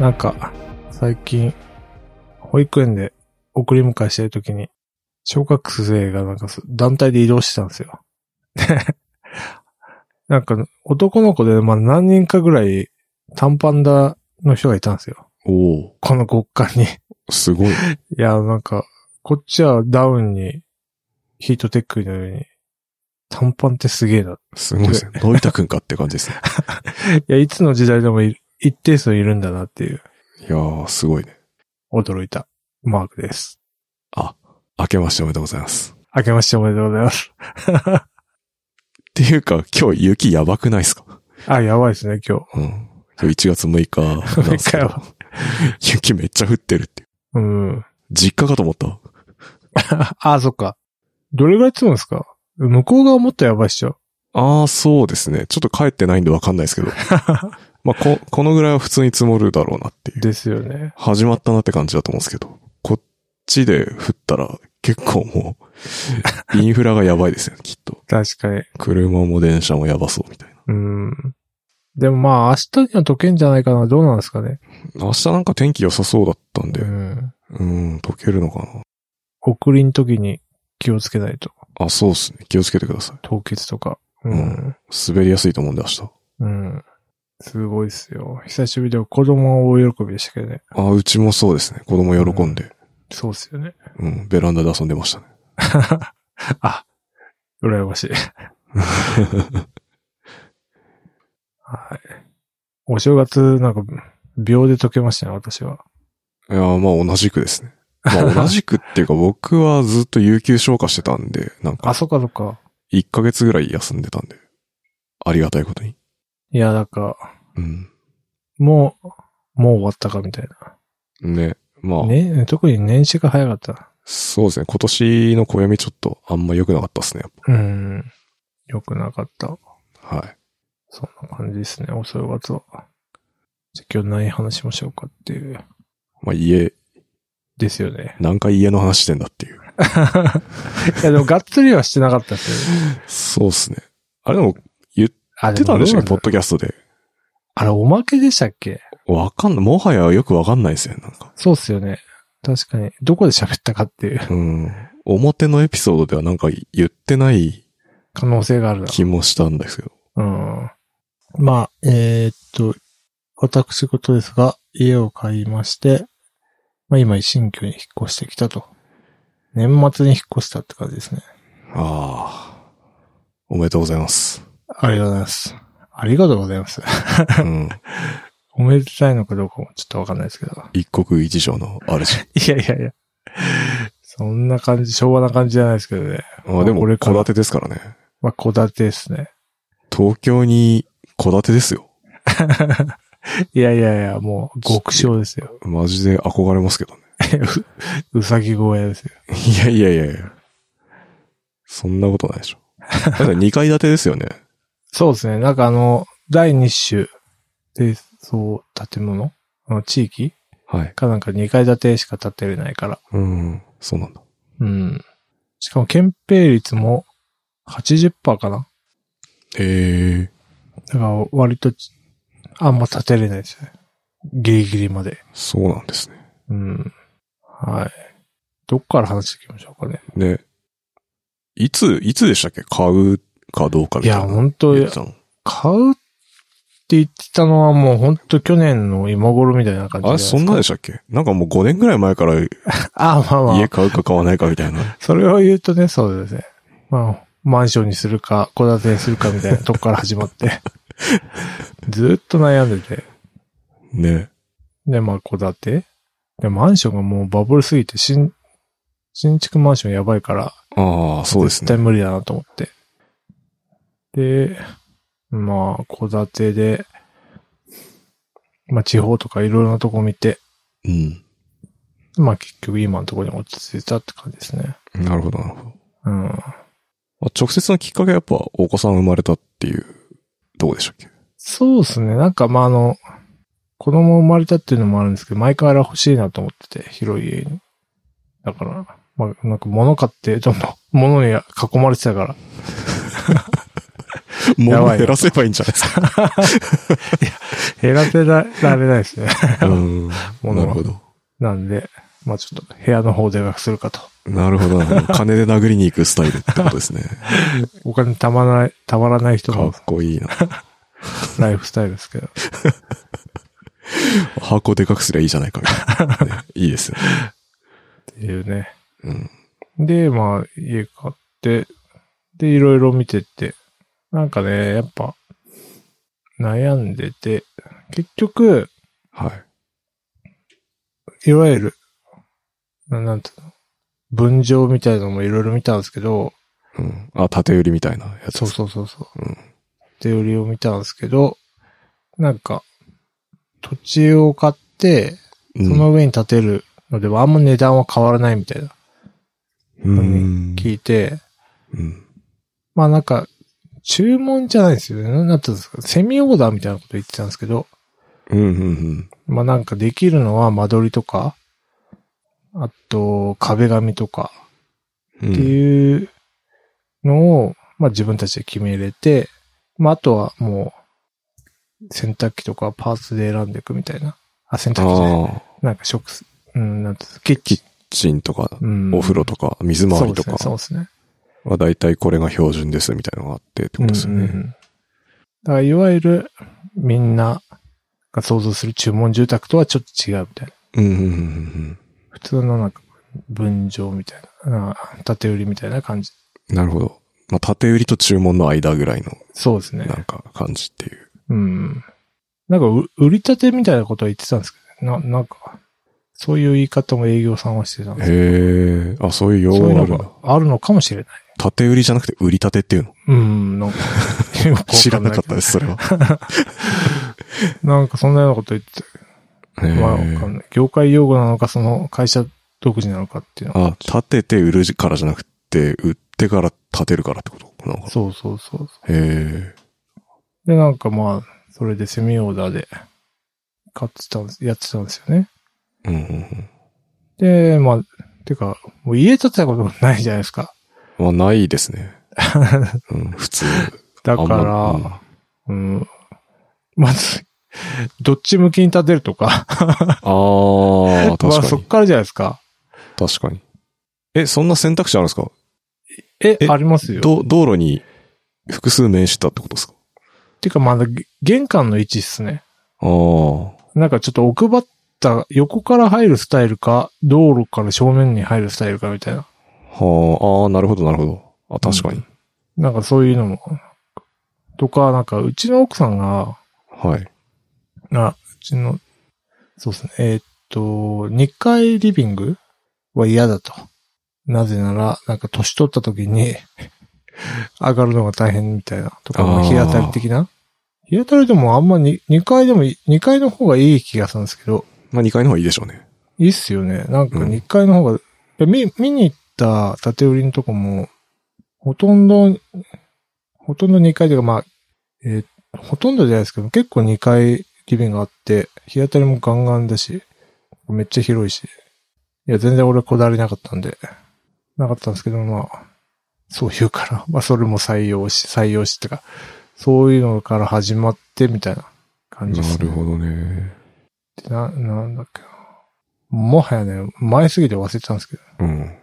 なんか、最近、保育園で送り迎えしてるときに、小学生がなんかす団体で移動してたんですよ。 でなんか、男の子で、まあ何人かぐらい短パンダの人がいたんですよ。おおこの極寒に。いすごい。や、なんか、こっちはダウンに、ヒートテックのように、短パンってすげえな。すごいですね。のび太くんかって感じですね。いや、いつの時代でもいる一定数いるんだなっていう、いやー、すごいね。驚いたマークです。あ、明けましておめでとうございます。っ明けましておめでとうございます。ていうか、今日雪やばくないですかあ、やばいですね、今日。うん。今日1月6日 なんですけ6ど。雪めっちゃ降ってるっていう。うん。実家かと思った。あ、そっか。どれぐらい積むんですか向こう側もっとやばいっしょ。あー、そうですね。ちょっと帰ってないんでわかんない ですけど。まあ、こ、このぐらいは普通に積もるだろうなっていう。ですよね。始まったなって感じだと思うんですけど。こっちで降ったら結構も う、インフラがやばいですよね、きっと。確かに。車も電車もやばそうみたいな。うん。でもまあ、明日には解けんじゃないかな。どうなんですかね。明日なんか天気良さそうだったんでう、ん。うん、溶けるのかな。送りん時に気をつけないと。あ、そうっすね。気をつけてください。凍結とか。うん。滑りやすいと思うんで明日。うん。すごいっすよ。久しぶりで子供は大喜びでしたけどね。あ、うちもそうですね。子供喜んで、そうっすよね。うん、ベランダで遊んでましたね。 あ、羨ましい。はい。お正月、なんか、秒で解けましたね、私は。いやー、まあ同じくですね。まあ同じくっていうか僕はずっと有給消化してたんで、なんあ、かそっかそっか。 1ヶ月ぐらい休んでたんで、ありがたいことに。いや、なんか、うん。もう、もう終わったかみたいね。まあ、な。ね、特に年始が早かった。そうですね。今年の暦ちょっとあんま良くなかったですね、やっうん。良くなかった。ぱ。はい。そんな感じですね、お正月は。じゃあ今日何話しましょうかっていう。まあ家、ですよ ね。何回家の話してんだっていう。いや、でも、がっつりはしてなかったですよね。そうですね。あれでもあ、言ってたんでしたっけどポうッドキャストで。なんだあれ、おまけでしたっけわかんない。もはやよくわかんないですね、なんか。そうっすよね。確かに。どこで喋ったかっていううん。表のエピソードではなんか言ってない可能性があるな。気もしたんですけど。うん。まあ、えーっと、私事ですが、家を買いまして、まあ今、新居に引っ越してきたと。年末に引っ越したって感じですね。ああ。おめでとうございます。ありがとうございます。ありがとうございます。 うん。 おめでたいのかどうかもちょっとわかんないですけど。 一国一城の主。いやいやいや。そんな感じ、昭和な感じじゃないですけどね。ああ、でも、これか戸ら建てですからね。まあ、戸建てですね。東京に戸建てですよ。いやいやいや、もう、極小ですよ。マジで憧れますけどね。 ううさぎ小屋ですよ。いやいやいやいや。そんなことないでしょ。だって二階建てですよね。そうですね。なんかあの、第2種、で、そう、建物あの地域 はい。かなんか2階建てしか建てれないから。うん。そうなんだ。うん。しかも、憲兵率も80%かなええだから、割とち、あんま建てれないですね。ギリギリまで。そうなんですね。うん。はい。どっから話していきましょうかね。ね。いつ、いつでしたっけ買うかどうかみいたいや、な。本当言ってたの買うって言ってたのはもう本当去年の今頃みたいな感じあれ、そんなでししたっけなんかもう5年ぐらい前からょ あ、まあまあ。家買うか買わないかみたいな。それを言うとね、そうですね。まあ、マンションにするか、戸建てにするかみたい なとこから始まって。ずーっと悩んでて。ね。で、まあ、戸建てで、マンションがもうバブルすぎて、新、新築マンションやばいから、ああ、そうです絶ね対。無理だなと思って。で、まあ、戸建てで、まあ、地方とかいろいろなとこ見て、うん。まあ、結局今のところに落ち着いたって感じですね。なるほど、なるほど。うん。まあ直接のきっかけはやっぱお子さん生まれたっていう、どこでしたっけそうですね。なんか、まあ、あの、子供生まれたっていうのもあるんですけど、前から欲しいなと思ってて、広い家に。だから、 まあ、なんか物買って、どんどん物に囲まれてたから。物を減らせばいいんじゃないですか。減らせられないですね。 うん。物なはるほど。なんで、まあちょっと部屋の方で予約するかと。なるほど。金で殴りに行くスタイルってことですね。お金たまらない、たまらない人かっのこいいな。ライフスタイルですけど。箱でかくすりゃいいじゃないかみたいな。ねいいですよね。っていうね。うん。で、まあ、家買って、で、いろいろ見てって、なんかね、やっぱ、悩んでて、結局、はい。いわゆる、ななんていうの、分譲みたいのもいろいろ見たんですけど、うん。あ、縦売りみたいなやそつでうす。そうそうそううん。手売りを見たんですけど、なんか、土地を買って、うそんの上に建てるのではあんま値段は変わらないみたいな、うん。聞いて、うん。まあなんか、注文じゃないですよね。なんだったんですかセミオーダーみたいなこと言ってたんですけど、うん。うん。まあなんかできるのは間取りとか、あと壁紙とかうん。っていうのを、まあ自分たちで決めれて、まああとはもう、洗濯機とかパーツで選んでいくみたいな。あ、洗濯機じゃないああ、なんか食す、うん、なんていうんですかキッチチンとか、ン。うん。お風呂とか、水回りとかそうですね。は大体これが標準ですみたいなのがあってってそこうでとですすよね。ね。んだからいわゆる、みんなが想像する注文住宅とはちょっと違うみたいな。うん。うん。うん普通のなんか、分譲みたいな、あ縦売りみたいな感じ。うんなるほど。まあ、縦売りと注文の間ぐらいの、そうですねな。んか、感じっていう。うん。なんかう、売り立てみたいなことは言ってたんですけど、な、なんか、そういう言い方も営業さんはしてたんですけへえ、あ、そういう用ど、語そういうがのあるんだが。あるのかもしれない。縦売りじゃなくて売り立てっていうのうん、なんか、よくわんいけど 知らなかったです、それは。なんかそんなようなこと言ってたけへど、えまあわかんない。業界用語なのか、その会社独自なのかっていうのは。あ、立てて売るからじゃなくて、売ってから立てるからってことなんか。そうそうそう。へえ。で、なんかまあ、それでセミオーダーで買ってたんです、やってたんですよね。うんうんで、まあ、てか、もう家建てたことないじゃないですか。うん。まあ、ないで すね。うん、普通。だかあんら、まうん、まず、どっち向きに建てるとか、うんああ、 まあ確かそっに。からじゃないですか。確かに。え、そんな選択肢あるんですかえ、えありますよ。っど、道路に複数面したってことですかていうか、まだ玄関の位置っすね。ああ。なんかちょっと奥ばった、横から入るスタイルか、道路から正面に入るスタイルかみたいな。はあ、ああ、なるほど、なるほど。あ、確かに。なんかそういうのも。とか、なんかうちの奥さんが、はい。あ、うちの、そうですね。えーっと、2階リビングは嫌だと。なぜなら、なんか年取った時に、 上がるのが大変みたいな。とか、あーまあ日当たり的な。日当たりでもあんまに、2階でもいい、2階の方がいい気がするんですけど、まあ、2階の方がいいでしょうね。いいっすよね。なんかうん2階の方が、いや見、見に行った縦売りのとこも、ほとんど、ほとんど2階というか、まあ、えーほとんどじゃないですけど、結構2階リビングあって、日当たりもガンガンだし、めっちゃ広いし。いや、全然俺こだわりなかったんで、なかったんですけど、まあ、そう言うから、 まあそれも採用し、採用しってか、そういうのから始まってみたいな感じです、ね。どね。ってな、なんだっけな。もはやね、前すぎて忘れてたんですけうん。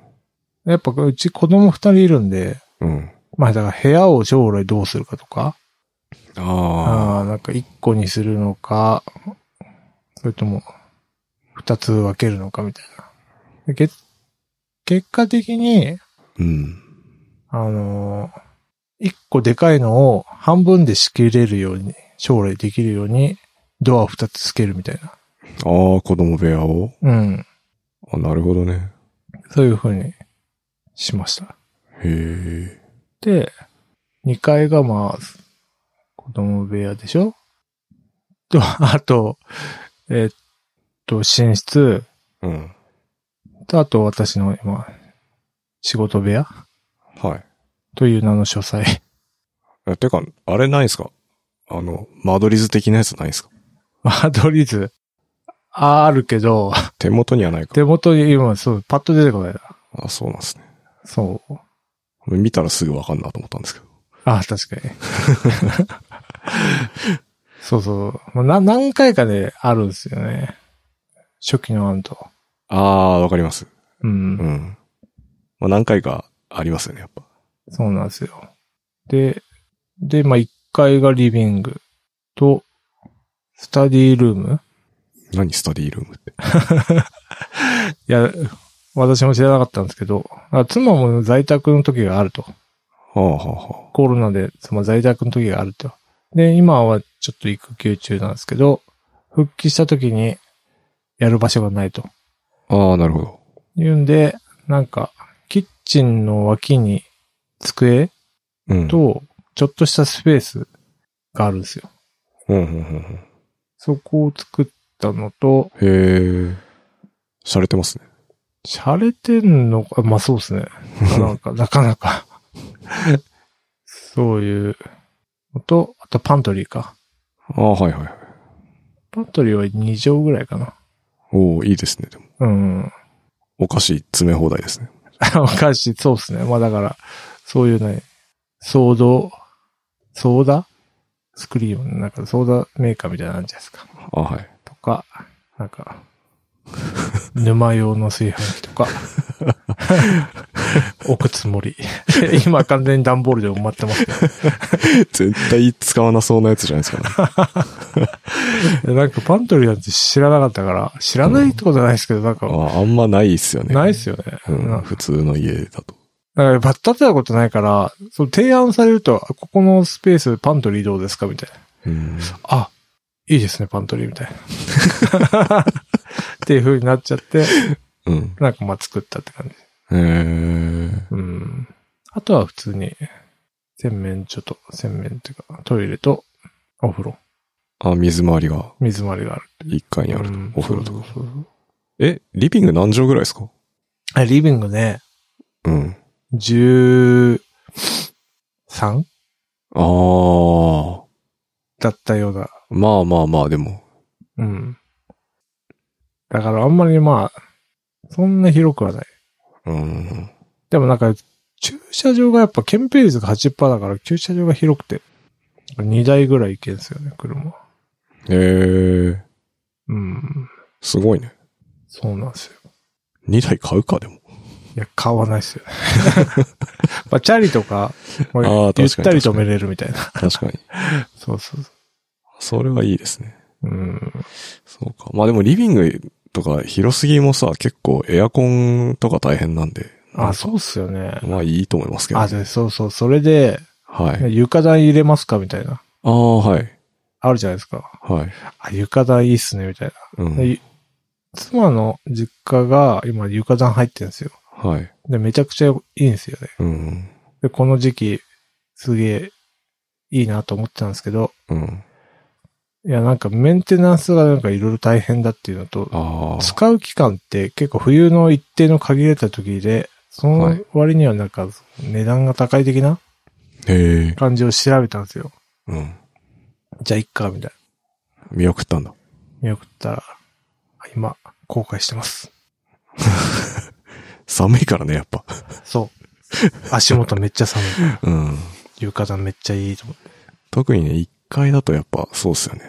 ど。やっぱうち子供二人いるんで、うん。まあだから部屋を将来どうするかとか、ああ。ああー、なんか一個にするのか、それとも二つ分けるのかみたいな。でけ結果的に、うん。あのー一個でかいのを半分で仕切れるように、将来できるように、ドアを二つつけるみたいな。ああ、子供部屋を。うん。あ、なるほどね。そういう風にしました。へえ。で、2階がまあ、子供部屋でしょと、あと、えっと、寝室、うん。と、あと私の今、仕事部屋はいという名の書斎。 え。てか、あれないんすかあの、間取り図的なやつないんすか間取り図、あるけど、手元にはないか。手元に今、そう、パッと出てこないな。あ、そうなんですね。そう。見たらすぐわかんなと思ったんですけど。あ、確かに。 そうそう。まあ、な何回かであるんですよね。初期の案と。あー、わかります。うん。うん。まあ、何回かありますよね、やっぱ。そうなんですよ。で、で、まあ、1階がリビングと、スタディールーム何スタディールームって。いや、私も知らなかったんですけど、あ妻も在宅の時があると。はあ、はあはコロナで、その在宅の時があると。で、今はちょっと育休中なんですけど、復帰した時にやる場所がないと。あ、あー、なるほど。いうんで、なんか、キッチンの脇に机うん。と、ちょっとしたスペースがあるんですよ。うん、うん、うんそこを作ったのと、うん。へえ。洒落てますね。洒落てんのか、まあそうですね。なんか、なかなか。そういうのと、あとパントリーか。ああ、はいはいはい。パントリーは2畳ぐらいかな。おおいいですね、でも。うん。お菓子詰め放題ですね。おかしい、そうですね。まあだから、そういうね、ソード、ソーダスクリーンの中でソーダメーカーみたいなのあるじゃないですか。あはい。 とか、なんか、沼用の炊飯器とか、 置くつもり。今完全に段ボールで埋まってますけ絶対使わなそうなやつじゃないですか、ね。ど。なんかパントリーなんて知らなかったから、知らないってことはないですけど、なんあか、ああんまないっすよね。ないっすよね。うなんん、普通の家だと。だから、ばったてたことないから、その提案されると、あここのスペース、パントリーどうですかみたいな。うん。あ、いいですね、パントリーみたいな。 っていう風になっちゃって、うん。なんかまあ作ったって感じ。へえ。うん。あとは普通に、洗面所と、洗面っていうか、トイレと、お風呂、あ、水回りが水回りがある。 1階にあると。うんお風呂とか。そうそうそうえ、リビング何畳ぐらいですかあリビングね、うん。 13? ああ。だったような。まあまあまあ、でも。うん。だからあんまりまあ、そんな広くはない。うん。でもなんか、駐車場がやっぱ、憲兵率が80%だから、駐車場が広くて、2台ぐらい行けんすよね、車。へえ。うん。すごいね。そうなんですよ。 2台買うか、でも。いや、買わないっすよね。 まあ、チャリとか、これあー確かゆにったり止めれるみたいな。確かに。 そうそうそそれはいいですね。う。うん。そうか。まあでもリビングとか広すぎもさ、結構エアコンとか大変なんで。あ、そうっすよね。まあいいと思いますけど。あ、はい。で、そうそう。それで、あ床暖入れますかみたいな。あー、はい。あるじゃないですか。はい。あ、床暖いいっすね、みたいうん。な。で妻の実家が、今床暖入ってんすよ。はい。で、めちゃくちゃいいんすよね。うん。で、この時期、すげえ、いいなと思ってたんですけど、うん。いや、なんかメンテナンスがなんかいろいろ大変だっていうのと、ああ。使う期間って結構冬の一定の限られた時で、そはのい割にはなんか値段が高い的なへえ。感じを調べたんですよ。うん。じゃあ、いっか、みたい見送ったんだ。な。見送ったら、今、後悔してます。寒いからね、やっぱ。そう。足元めっちゃ寒い。うん。床暖めっちゃいいと思って。特にね、1階だとやっぱそうっすよね。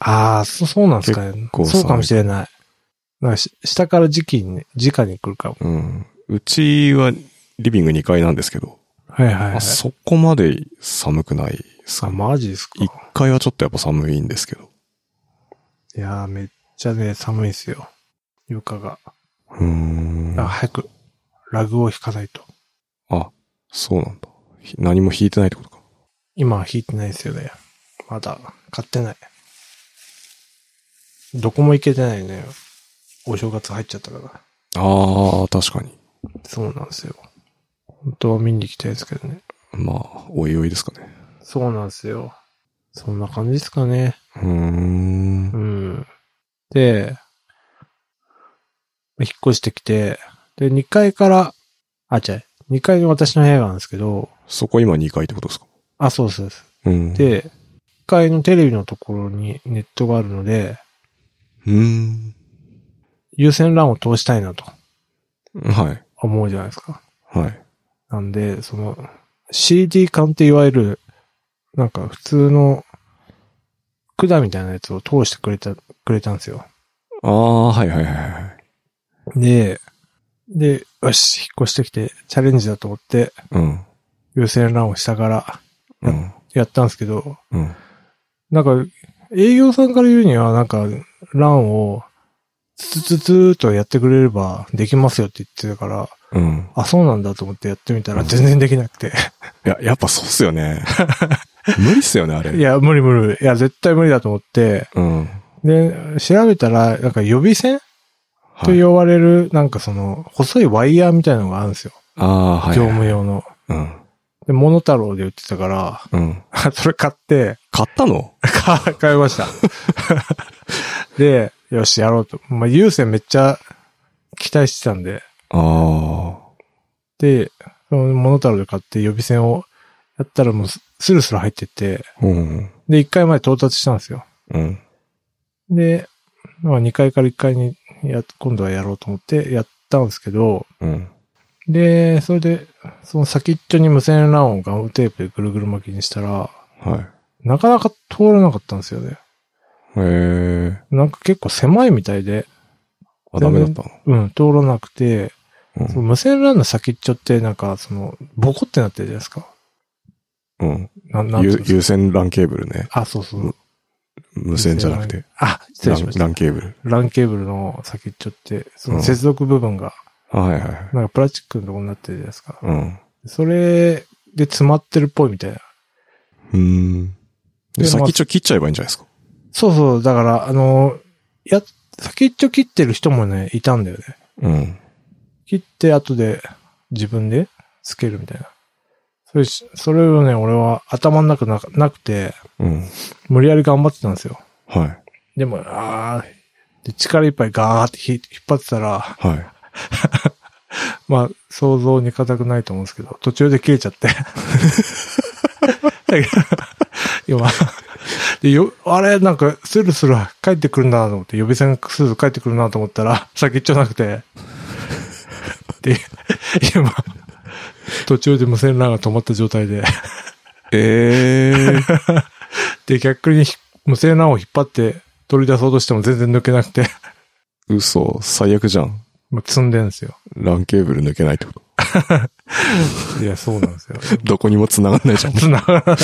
ああ、そそうなんですかね結。構寒いそうかもしれない。なんかし下から時期に、直に来るかも。うん。うちはリビング2階なんですけど、はいはい、まあそこまで寒くないっすあ、マジですか1階はちょっとやっぱ寒いんですけど。いやー、めっちゃね、寒いですよ。床が。うーん。あ、早く、ラグを引かないと。あ、そうなんだ。ひ何も弾いてないってことか。今は引いてないですよね。まだ、買ってない。どこも行けてないね。お正月入っちゃったから。ああ、確かに。そうなんですよ。本当は見に行きたいですけどね。まあ、おいおいですかね。そうなんですよ。そんな感じですかね。うーんう。ん。で、引っ越してきて、で、2階から、あ、違う、2階の私の部屋なんですけど、そこ今2階ってことですかあ、そうそうです。うん。、で、1階のテレビのところにネットがあるので、うーん。優先 LAN を通したいなとはい。思うじゃないですか。はい。なんで、その、 CD 缶っていわゆる、なんか普通の管みたいなやつを通してくれた、くれたんですよ。ああ、はいはいはいはい。で、で、よし、引っ越してきてチャレンジだと思って、うん。優先ランを下からうん。やったんですけど、うん。なんか、営業さんから言うには、なんか、ランを、ツツツツーっとやってくれればできますよって言ってたから、うん。あ、そうなんだと思ってやってみたら全然できなくて。いや、やっぱそうっす よね。無理っすよね、あれ。いや、無理無理。いや、絶対無理だと思って。うん。で、調べたら、なんか予備線とはい。呼ばれる、なんかその、細いワイヤーみたいなのがあるんですよ。ああ、はい。業務用の。うん。で、モノタロウで売ってたから、 うん。それ買って、買ったのか買いました。 で、よし、やろうと。まあ、優先めっちゃ期待してたんで。あで、そのモノタロウで買って予備線をやったらもうススルスル入ってって、あ。うん。で、1回まで到達したんですよ。うん。で、まあ2階から1階にや、今度はやろうと思ってやったんですけど、うん。で、それで、その先っちょに無線 LAN をガムテープでぐるぐる巻きにしたら、はい。なかなか通らなかったんですよね。へえ。なんか結構狭いみたいで、あ、ダメだったのうん、通らなくて、うそのん。無線 LAN の先っちょってなんかその、ボコってなってるじゃないですか。うん。ななんていうんゆですか有線 LAN ケーブルね。あ、そうそう。無線じゃなくて。。あ、失礼し LAN ました。 LAN ケーブル。 LAN ケーブルの先っちょって、その接続部分が、あはいはいはい。なんかプラスチックのとこになってるじゃないですか。うん。それで詰まってるっぽいみたいな。うーん。でまで、あ先っちょ切っちゃえばいいんじゃないですか。そうそう、だから、あの、や、先っちょ切ってる人もね、いたんだよね。うん。切って後で自分でつけるみたいな。それし、それをね、俺は頭の中ななくて、うん。無理やり頑張ってたんですよ。はい。でも、あーで力いっぱいガーってひ引っ張ってたら、はい。まあ、想像に難くないと思うんですけど、途中で切れちゃって。だ けど今、でよ、あれ、なんか、スルスル帰ってくるなと思って、予備線がスルスル帰ってくるなと思ったら、先っちょなくて。で、今、途中で無線ランが止まった状態で、ええ ー。で、逆にひ無線ランを引っ張って取り出そうとしても全然抜けなくて、嘘、最悪じゃん。まあ、積んでんですよ。 LAN ケーブル抜けないってこと。いや、そうなんですよ。どこにも繋がんないじゃん。繋が らない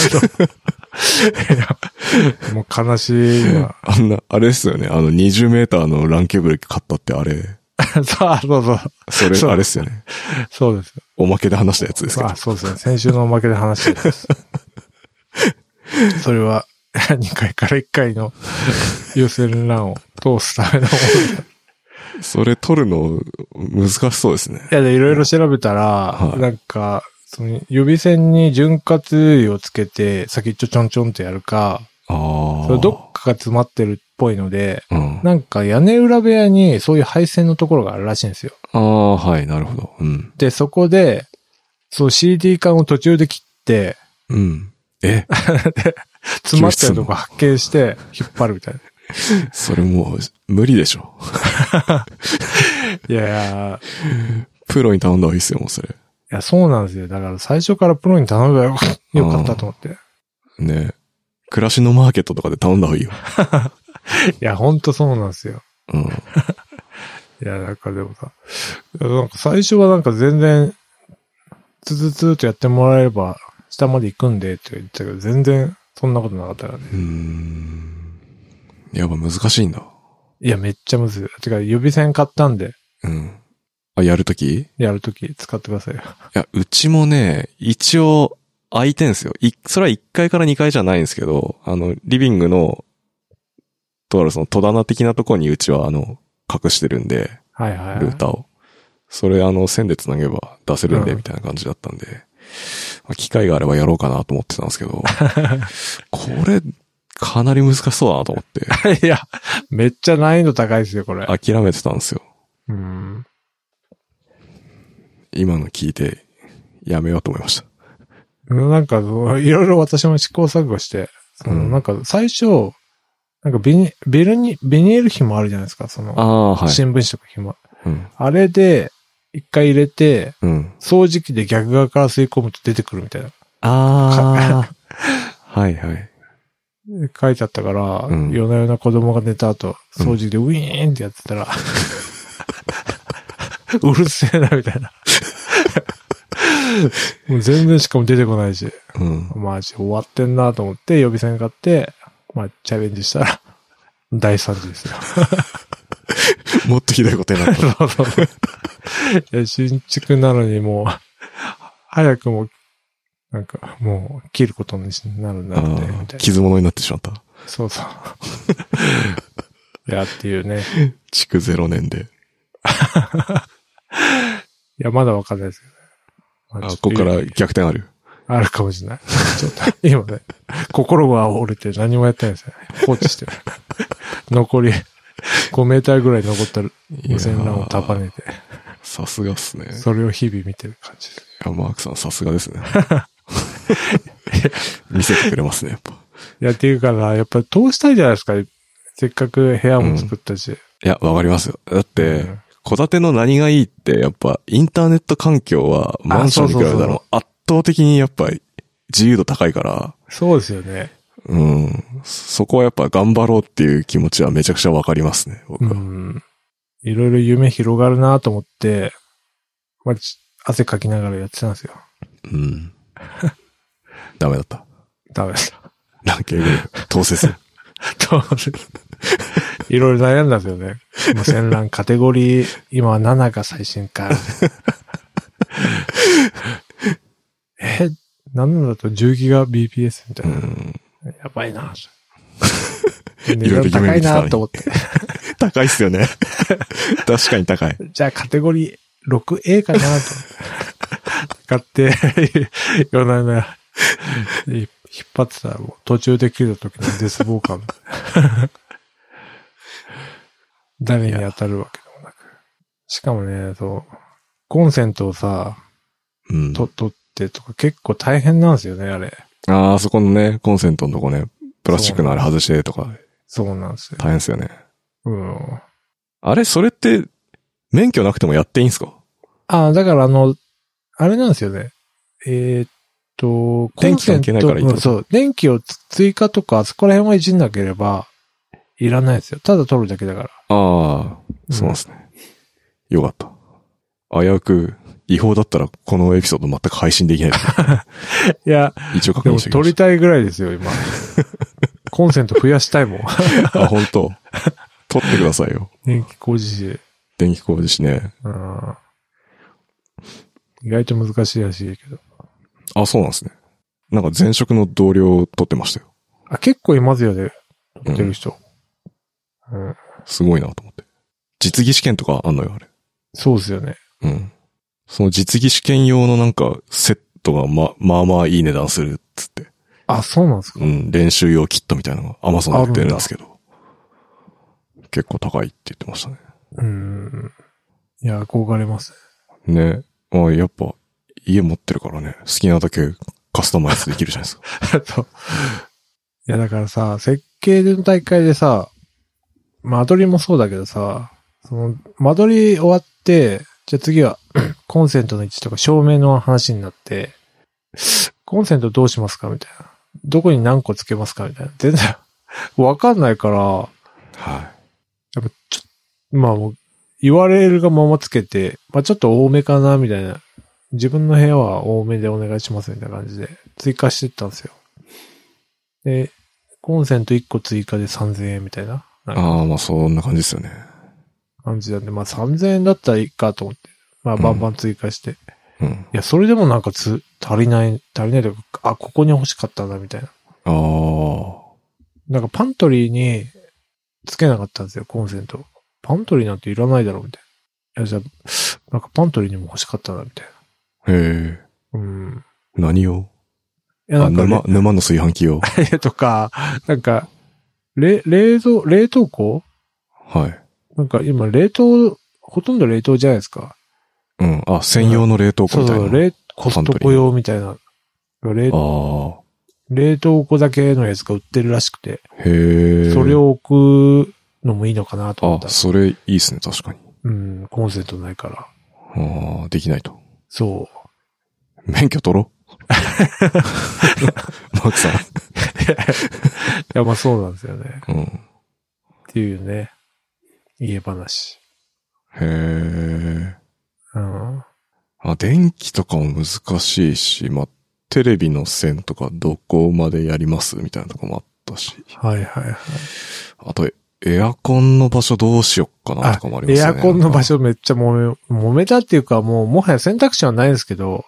と。いやもう悲しいな。あんな、あれですよね。あの、20メーターの LAN ケーブル買ったってあれ、 そうあそうそう。それ、そうあれですよね。そうです。おまけで話したやつですけど。あそうですね。先週のおまけで話してです。それは、2回 から1回の優先ランを通すた めのもの。それ取るの、難しそうですね。いや、で、いろいろ調べたら、はいなんか、その予備線に潤滑油をつけて、先っちょちょんちょんとやるか、あそあ。れどっかが詰まってるっぽいので、うん。あなんか屋根裏部屋にそういう配線のところがあるらしいんですよ。あー、はい、なるほど。うん。で、そこで、そう CD 缶を途中で切って、うん。え、詰まってるとこ発見して、引っ張るみたいな。それもう、無理でしょ。いやいや、プロに頼んだ方がいいっすよ、もうそれ。いや、そうなんですよ。だから最初からプロに頼めばよよかったと思って。いね暮らしのマーケットとかで頼んだ方がいいよ。や、ほんとそうなんですよ。うん。いや、なんかでもさ、なんか最初はなんか全然、ツツツーとやってもらえれば、下まで行くんでって言ってたけど、全然そんなことなかったからね。うーん。やっぱ難しいんだ。いや、めっちゃむずい。てか、予備線買ったんで、うん。あ、やるときいやるとき使ってくださいよ。や、うちもね、一応、空いてんすよ。い、それは1階から2階じゃないんですけど、あの、リビングの、とあるその戸棚的なとこにうちは、あの、隠してるんで、はいはい、はい。ルーターを。それ、あの、線で繋げば出せるんで、うんみたいな感じだったんで、まあ機会があればやろうかなと思ってたんですけ ど、これ、かなり難しそうだなと思って、 いや、めっちゃ難易度高いですよ、これ。諦めてたんですよ。うん。今の聞いて、やめようと思いました。なんか、そういろいろ私も試行錯誤して、そのうんなんか最初、なんかビニ、ベルに、ベニエル紐あるじゃないですか、そあの、あ、はい。新聞紙とか紐。うん。あれで、一回入れて、うん。掃除機で逆側から吸い込むと出てくるみたいな。ああ。 はいはい。書いてあったから、うん夜な夜な子供が寝た後、掃除でウィーンってやってたら、 うるせえな、みたい な。もう全然しかも出てこないし、うん。マジ終わってんなと思って予備戦買って、まあチャレンジしたら、 大惨事ですよ。もっとひどいことにな った。そうそう そう。いや、新築なのにもう、早くも、なんか、もう、切ることになるんだあって、みたいーな。傷物になってしまった。そう そう。いや、っていうね。築0年で。いや、まだわかんないですけどね。まあ、ちょっことこから逆転ある。あるかもしれない。 ちょっと、今ね、心が折れて何もやってないですね。放置 してる。残り、5メーターぐらい残った無線 LAN を束ねて、さすがっすね。いそれを日々見てる感じです。や、マークさんさすがです ね。見せてくれますね、やっぱ。いや、っていうから、やっぱり通したいじゃないですか。せっかく部屋も作ったし。いや、わかりますよ。だっうてん、戸建ての何がいいって、やっぱ、インターネット環境は、マンションに比べたそうそうら圧倒的にやっぱ、自由度高いから、そうですよね。うん。そこはやっぱ頑張ろうっていう気持ちはめちゃくちゃわかりますね、僕うは。ん。いろいろ夢広がるなと思って、まあ、ち汗かきながらやってたんですよ。うん。ダメだった。ダメでした。ランキング、当 選。どうするいろいろ悩んだんですよね。無線 LAN カテゴリ ー、今は7が最新か。え、7だと10ギガ BPS みたういな。ん。やばい な値い段ろいろ高夢い見てたのになと思って。高いっすよ ね。確かに高い。じゃあカテゴリー 6A かなと思って。買って、夜な夜な、引っ張ってたらもう途中で切れた時の絶望感。誰に当たるわけでもなく。しかもね、そう、コンセントをさ、うん。と、取ってとか結構大変なんですよね、あれ。ああ、そこのね、コンセントのとこね、プラスチックのあれ外してとか、そうなんですよ。大変っすよね。うん。あれ、それって、免許なくてもやっていいんすかああ、だからあの、あれなんですよね。えーっと、コ電ン気セ関ン係トないからいいってうことんそう、電気をつ追加とか、そこら辺はいじんなければ、いらないですよ。ただ取るだけだから。ああ、そうなんですね。よかった。危うく、違法だったらこのエピソード全く配信できない。いや、一応確で認もしてお取きりたいぐらいですよ、今。 コンセント増やしたいもん。 ました。あ、本当取ってください よ。電気工事士。電気工事士ね。うん。意外と難しいらしいけど。あ、そうなんですね。なんか前職の同僚を取ってましたよ。あ、結構いますよね。取ってる人。うん。すごいなと思って。実技試験とかあんのよ、あれ。そうですよね。うん。その実技試験用のなんかセットがま、まあまあいい値段するっつって。あ、そうなんですか。うん、練習用キットみたいなのが Amazon で売ってるんですけど。結構高いって言ってましたね。うん。いや、憧れます。ね。まあやっぱ、家持ってるからね、好きなだけカスタマイズできるじゃな いですか。そう。いや、だからさ、設計の大会でさ、間取りもそうだけどさ、その、間取り終わって、じゃあ次は、 コンセントの位置とか照明の話になって、コンセントどうしますかみたいな。どこに何個つけますかみたいな。全然、わかんないから、はやっぱちょ、まあもう、言われるがままつけて、まあちょっと多めかな、みたいな。自分の部屋は多めでお願いします、みたいな感じで、追加していったんですよ。で、コンセント1個追加で3000円みたいななんかああ、まあそんな感じですよね。感じなんで、まあ3000円だったらいいかと思って、まあバンバン追加して。いうん。や、それでもなんかつ、足りない、足りないというか、あ、ここに欲しかったな、みたいな。ああ。なんかパントリーにつけなかったんですよ、コンセント。パントリーなんていらないだろう、みたいな。いや、じゃあ、なんかパントリーにも欲しかったな、みたいへえ。な。うん。何用いや、なあんか、沼、沼の炊飯器 用。レとか、なんか、れ冷蔵、冷凍庫はい。なんか今冷凍、ほとんど冷凍じゃないですか。うん。あ、専用の冷凍庫そうみたいな。そう、冷、コストコ用みたいな。冷あ冷凍庫だけのやつが売ってるらしくて、あ。へえ。それ。を置くのもいいのかなと思ったあ、。それいいっすね、確かに。うん、コンセントないから。ああ、できないと。そう。 免許取ろマークさや、まあそうなんですよね。ん。うん。っていうね、家話。へえ。うん。あ、電気とかも難しいし、まあ、テレビの線とかどこまでやりますみたいなとこもあったし。はいはいはい。あと、エアコンの場所どうしよっかなとかもありますエね。アコンの場な所めっちゃ揉め、揉めたっていうかもう、もはや選択肢はないんですけど、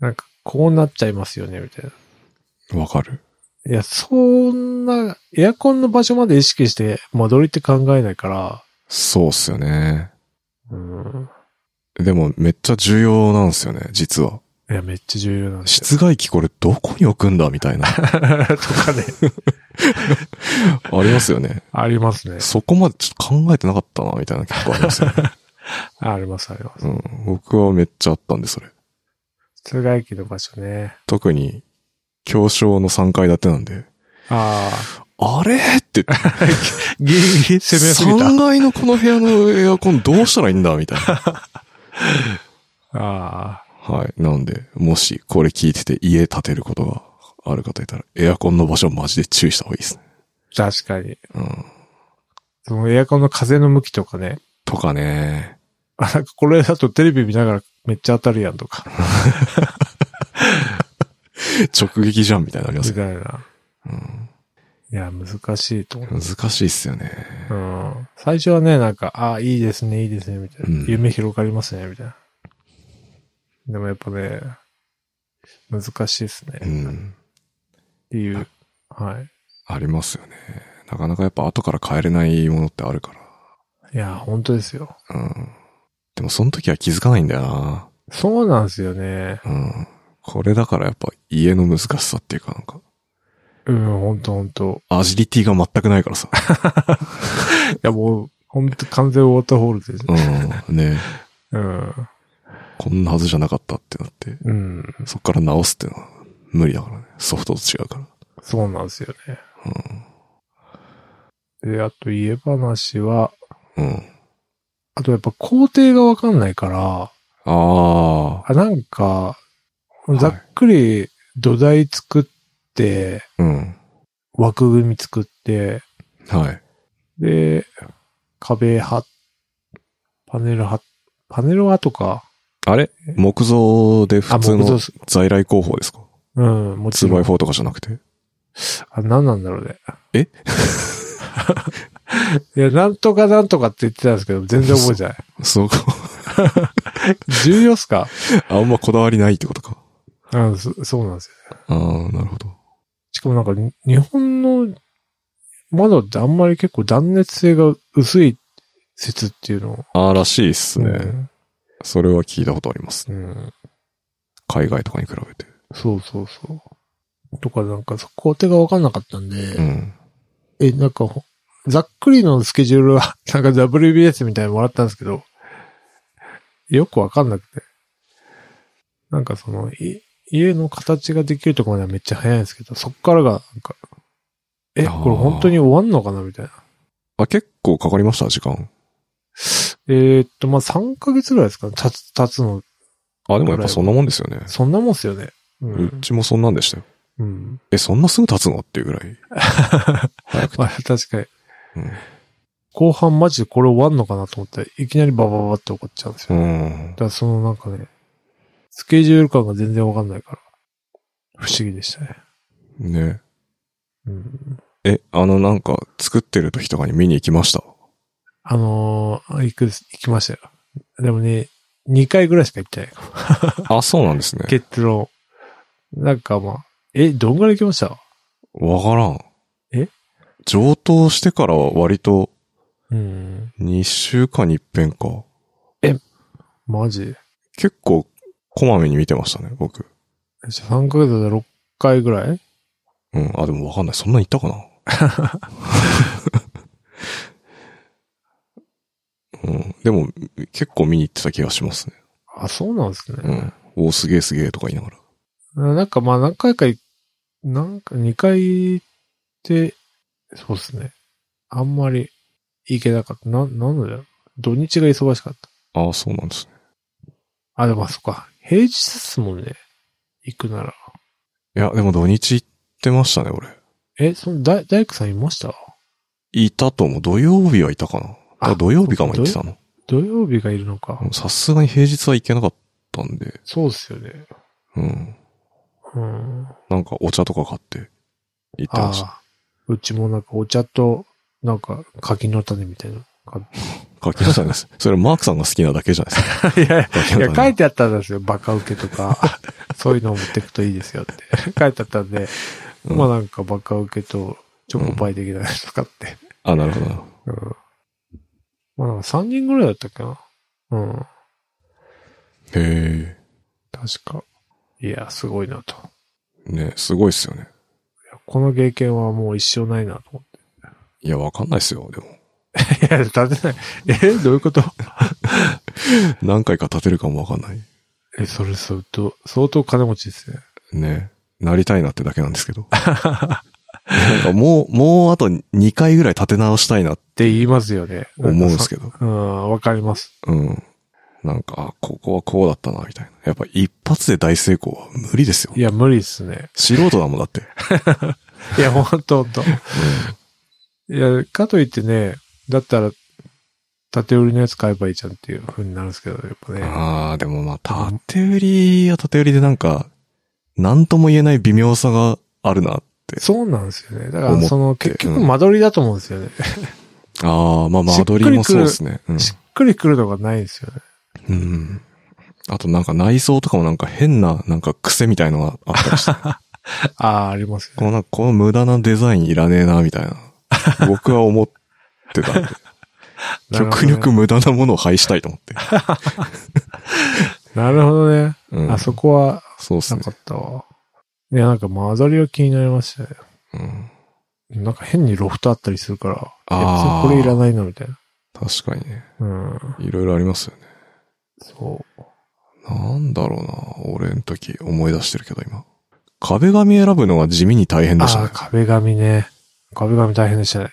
なんかこうなっちゃいますよね、みたいな。んか。わかる。いや、そんな、エアコンの場所まで意識して間取りって考えないから、そうっすよね。うん。でもめっちゃ重要なんですよね、実は。いや、めっちゃ重要なん ですよ。室外機これどこに置くんだみ たいな。とかね、ありますよね。ありますね。そこまでちょっと考えてなかったな、みたいな結構ありますよ ね。ありますあります。うん。僕はめっちゃあったんで、それ。室外機の場所ね。特に、教商の3階建てなんで、ああれって、あ。ギリギリ攻めすぎた。 3階のこの部屋のエアコンどうしたらいいんだみたい な。あはい。なんで、もしこれ聞いてて家建てることがある方いたら、エアコンの場所マジで注意した方がいいですね。あ。確かに。うん。そのエアコンの風の向きとかね。とかね。あ、なんかこれだとテレビ見ながらめっちゃ当たるやんとか。直撃じゃんみたいなのありみますよ。たいな。うん。いや、難しいと思う。難しいっすよね。うん。最初はね、なんか、ああ、いいですね、いいですね、みたいな。うん夢広がりますね、みたいな。でもやっぱね、難しいですね。うっん。ていう。はい。ありますよね。なかなかやっぱ後から変えれないものってあるかいや、本当ですよ。ら。うん。でもその時は気づかないんだよな。そうなんですよね。うん。これだからやっぱ家の難しさっていうかなんか、うん、本当本当アジリティが全くないからさ。いや、もう、本当完全ウォーターホールですね。うん。ねうん。こんなはずじゃなかったってなって、うん。そっから直すっていうのは無理だからね。ソフトと違うから。そうなんですよね。うん。で、あと、家話は、うん。あとやっぱ工程がわかんないから、ああ。あ、なんか、いざっくり土台作って、うん。枠組み作って、はい。で、壁貼っ、パネル貼っ、パネルはとか、あれ木造であ、普通木造のす在来工法ですかうん、もちろん。 ?2x4 とかじゃなくて。あ、何なんだろうね。え いや、なんとかなんとかって言ってたんですけど、全然覚えてない。そうか。重要っすかあんまこだわりないってことか。うん、そそうなんですよ。ああ、なるほど。しかもなんかに、日本の窓ってあんまり結構断熱性が薄い説っていうのを。ああ、らしいっすね。それは聞いたことありますね。うん。海外とかに比べて。そうそうそう。とかなんか、そこ手が分かんなかったんで、うん。え、なんかほ、ざっくりのスケジュールは、 なんか WBS みたいにもらったんですけど、よく分かんなくて。なんかその、い家の形ができるところまではめっちゃ早いんですけど、そっからが、なんか、え、あーこれ本当に終わんのかなみたいな。あ、結構かかりました時間。えーっと、まあ、3ヶ月ぐらいですかね、経つ、経つの。あ、でもやっぱそんなもんですよね。そんなもんっすよね。う。うんちもそんなんでしたよ。うん。え、そんなすぐ経つのっていうぐらい。早くて。まあ、 確かに。うん後半マジでこれ終わんのかなと思ったらいきなりババババって起こっちゃうんですよ。うだん。からそのなんかね、スケジュール感が全然わかんないから、不思議でしたね。ね。うん。え、あのなんか作ってる時とかに見に行きました。あのー、行く、行きましたよ。でもね、2回ぐらいしか行ってない。あ、そうなんですね。結論。なんかまあ、え、どんぐらい行きましたわからん。え上等してからは割とうん。 2週間に一遍か。マジ結構こまめに見てましたね、僕。 3ヶ月で6回ぐらいうん。あ、でもわかんない。そんな ん言ったかなうん。でも、結構見に行ってた気がしますね。あ、そうなんですね。うん。おーすげえすげえとか言いながら。なんかまあ何回かい、なんか2回行って、そうですね。あんまり行けなかった。な、なんだよ。土日が忙しかった。ああ、そうなんですね。あ、でもあそっか。平日っすもんね。行くなら。いや、でも土日行ってましたね、俺。え、その、だ、大工さんいましたいたと思う。土曜日はいたかな。ああ土曜日かも行ってたの。土曜日がいるのか。うんさすがに平日は行けなかったんで、そうっすよね。うん。うん。なんかお茶とか買って行ってました。ああうちもなんかお茶と、なんか柿の種みたいなの買って。柿の種です。それマークさんが好きなだけじゃないです か。いやい柿や、の種書いてあったんですよ。バカ受けとか、 そういうのを持ってくといいですよって。書いてあったんで、うんまあなんかバカ受けとチョコパイ的なやつ買って。あ、なるほどな。うん。まあなんか3人ぐらいだったっけな。うん。へ確か。いや、すごいなと。いえ。ねすごいっすよね。やこの経験はもう一生ないなと思っいや、わかんないっすよ、でも。て。い や、立てない。え、どういうこと何回か立てるかもわかんない。え、それ相当、相当金持ちですね。ねなりたいなってだけなんですけど。なんかもう、もうあと2回ぐらい立て直したいなってって言いますよね。思うんですけけど。ど。うん、わかります。うん。なんか、あここはこうだったな、みたいな。やっぱ一発で大成功は無理ですよい。や、無理っすね。素人だもんだって。いや、ほんとほんと。いや、かといってね、だったら、縦売りのやつ買えばいいじゃんっていう風になるんですけど、やっぱね。ああ、でもまあ、縦売りは縦売りでなんか、なんとも言えない微妙さがあるなって。そうなんですよね。だか思っら、てその、結局うん間取りだと思うんですよね。ああ、まあ、間取りもそうですね。うんしっくりくるのがないんですよね。うん。あとなんか内装とかもなんか変な、なんか癖みたいのがあった りして。ああ、ありますよこね。のなんかこの無駄なデザインいらねえな、みたいな。僕は思っ てたんで。なるほど 極ね力無駄なものを廃したいと思 って。なるほどね。うん、あそこは、そうっすなね。かったわ。いや、なんか間取りは気になりましたね。うんなんか変にロフトあったりするから、あいーや別にこれいらないな、みたいな。確かにね。うん。いろいろありますよね。そう。なんだろうな。俺の時思い出してるけど今。壁紙選ぶのは地味に大変でしたああねー、。壁紙ね。壁紙大変でしたね。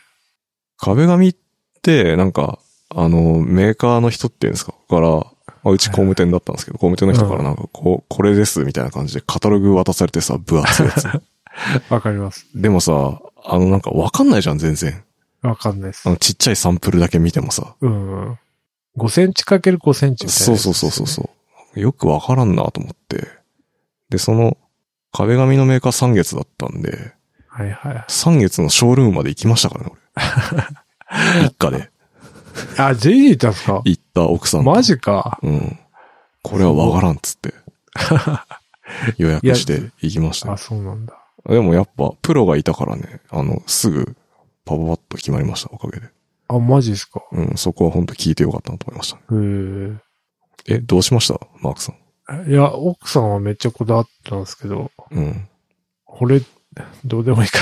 壁紙って、なんか、あの、メーカーの人っていうんですかから、まあうち工務店だったんですけど、工務店の人からなんか、こう、これですみたいな感じでカタログ渡されてさ、分厚いやつ。わかります。でもさ、あのなんかわかんないじゃん、全然。わかんないですあ。のちっちゃいサンプルだけ見てもさ。うん。5センチかける5センチみたいな、そうそうそうそうそう。よくわからんなと思って。で、その、壁紙のメーカー3月だったんで、う。はいはい。 3月のショールームまで行きましたからね、 俺。一家であ、ジェリーいたんすか行った奥さんと。マジか。うん。これはわからんっつって。予約して行きましたあ、ね。そうなんだ。でもやっぱ、プロがいたからね、あの、すぐ、パパパッと決まりました、おかげで。あ、マジですか。うん、そこは本当聞いてよかったなと思いましたね。へーえ、どうしましたマークさん。いや、奥さんはめっちゃこだわってたんですけど、うん。これ、どうでもいいか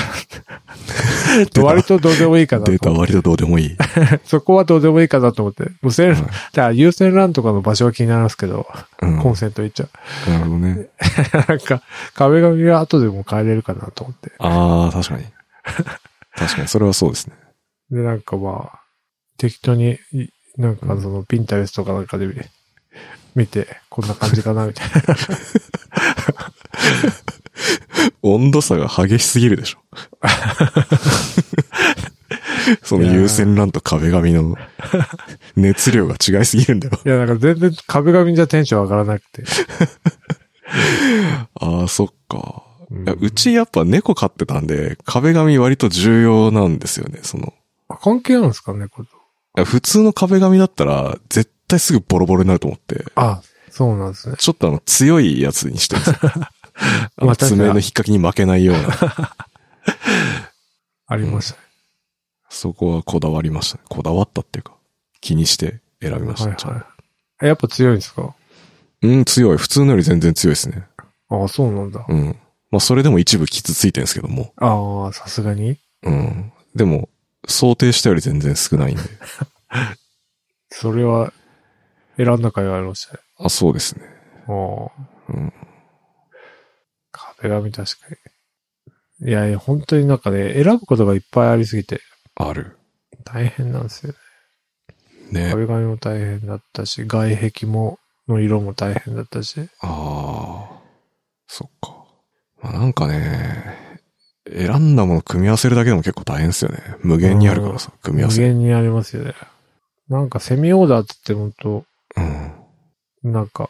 なって。割とどうでもいいかなと思デーってタ割とどうでもいい。そこはどうでもいいかなと思って。無線、はいじゃあ優先 LAN とかの場所は気になりますけど、うん。なコンるセントいっちゃう。ほどね。なんか、壁紙は後でも変えれるかなと思って。ああ、確かに。確かに、それはそうですね。で、なんかまあ、適当に、いなんかその、ピンタレスとかなんかで見 て、見て、こんな感じかな、みたいな。温度差が激しすぎる でしょ。その優先欄と壁紙の熱量が違いすぎるんだよ。いや、なんか全然壁紙じゃテンション上がらなくて。ああ、そっか。うんいやうちやっぱ猫飼ってたんで、壁紙割と重要なんですよね、その。あ関係あるんですかね、これ。いや普通の壁紙だったら、絶対すぐボロボロになると思って、あ、そうなんですね。ちょっとあの強いやつにしてる んですよあまのあ確かに爪の引っ掛けに負けないような。ありましたね。そこはこだわりましたね。こだわったっていうか、気にして選びました。はいちゃんとはい。やっぱ強いんですかうん、強い。普通のより全然強いですね。あそうなんだ。うん。まあ、それでも一部傷ついてるんですけども。ああ、さすがに。うん。でも、想定したより全然少ない んで。それは、選んだか言われましたね。あ、そうですね。おうん壁紙確かに。いやいや、本当になんかね、選ぶことがいっぱいありすぎてある。大変なんですよね。ね。壁紙も大変だったし、外壁も、の色も大変だったし。ああ。そっか。まあ、なんかね、選んだもの組み合わせるだけでも結構大変ですよね。無限にあるからさ、組み合無わせ。限にありますよね。なんかセミオーダーって言って本うん。当なんか、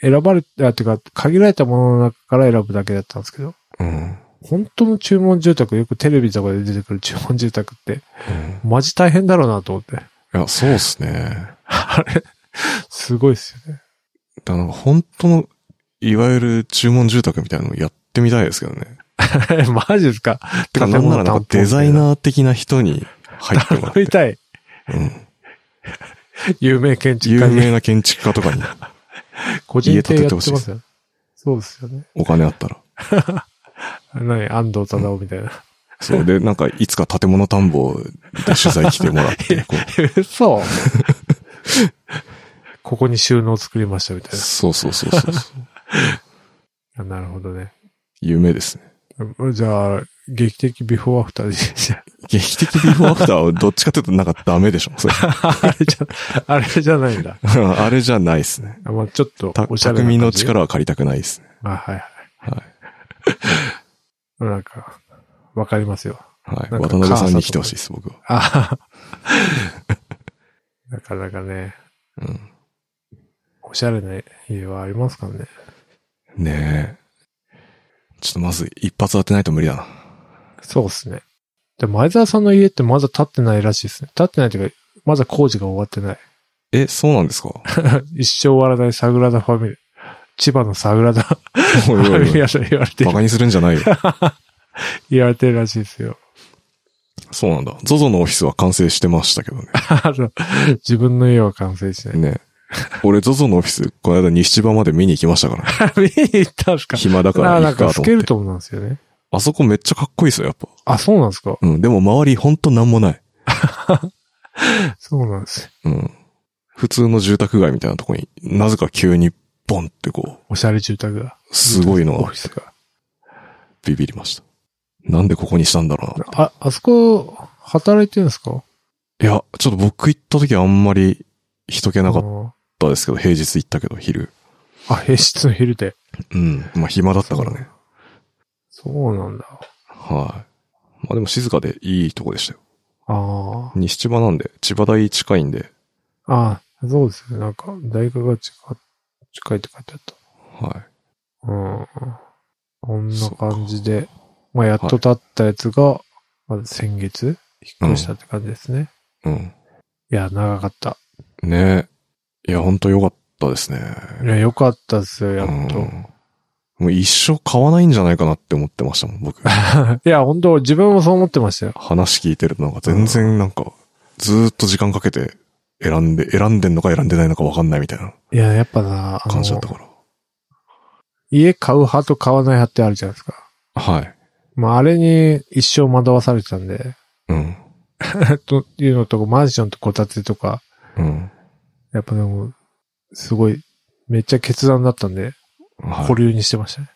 選ばれた、っていうか、限られたものの中から選ぶだけだったんですけど、うん。本当の注文住宅、よくテレビとかで出てくる注文住宅って、うんマジ大変だろうなと思って。いや、そうっすね。あれ、すごいっすよね。 だからなんか本当の、いわゆる注文住宅みたいなのやってみたいですけどね。マジですかてか、なんならなんかデザイナー的な人に入ってもらっ頼 みて。たい。うん。有名建築家有に。名な建築家とかに個人的やってますよね。そうですよね。お金あったら。何安藤忠夫みたいな。そう。で、なんか、いつか建物探訪で取材来てもらって、こ う。そう。ここに収納作りましたみたいそうそうそうそうそう。な。なるほどね。夢ですね。じゃあ、劇的ビフォーアフターでじゃ劇的ビフォーアフターはどっちかというとなんかダメでしょ。 それあ あれじゃ、あれじゃないんだ。あれじゃないですね。 まあちょっとた、おしゃれな感じ匠の。力は借りたくないですね。あ、はいはい。は い。なんか、わかりますよ。はい。なんか渡辺さんに来てほしいです、僕は。ああ。なかなかね、うん。おしゃれな家はありますからね。ねえ。ちょっとまず一発当てないと無理だな。そうですね。で、前澤さんの家ってまだ建ってないらしいですね。建ってないというか、まだ工事が終わってない。え、そうなんですか一生終わらないサグラダ・ファミリー。千葉のサグラダ・フおいおァミい リおい。アと言われてバる、カにするんじゃないよ。言われてるらしいですよ。そうなんだ。ZOZO のオフィスは完成してましたけどね。あの自分の家は完成しない。ねえ俺 ZOZO のオフィス、この間西千葉まで見に行きましたから。 見に行ったんですか暇だかあらな行んくかかとス思ケっルて。トンなんですよね。あそこめっちゃかっこいいですよ、やっぱ。あ、そうなんですかうん。でも周りほんとなんもない。そうなんです。うん。普通の住宅街みたいなとこに、なぜか急にボンってこおしゃれ住宅が。う、すごいのオがフィスが。ビビりました。なんでここにしたんだろうな。あ、あそこ、働いてるんですかいや、ちょっと僕行った時あんまり人気なかっあったですけど、平日行ったけど、昼。あ、平日の昼で。うん。まあ、暇だったからね。そうなんだ。はい。まあ、でも静かでいいとこでしたよ。ああ。西千葉なんで、千葉大近いんで、ああ、そうですね。なんか、大学が近い近いって書いてあった。はうん。こんそなうか感じで、まあ、やっと経ったやつが、まあ、先月、引っ越したって感じですね。い。うん。いや、長かった。ねえ。いや、ほんとよかったですね。いや、良かったですよ、やっと。うんもう一生買わないんじゃないかなって思ってましたもん、僕。いや、本当自分もそう思ってましたよ。話聞いてるとなんか全然なんか、ずーっと時間かけて選んで、選んでんのか選んでないのかわかんないみたいないや、やっぱな、あ感じだのった、から。家買う派と買わない派ってあるじゃないですか。はい。まあ、あれに一生惑わされてたん で、うん。というのと、マンションとこたつとか、うん。やっぱでも、すごい、めっちゃ決断だったんで、はい保留にしてましたね。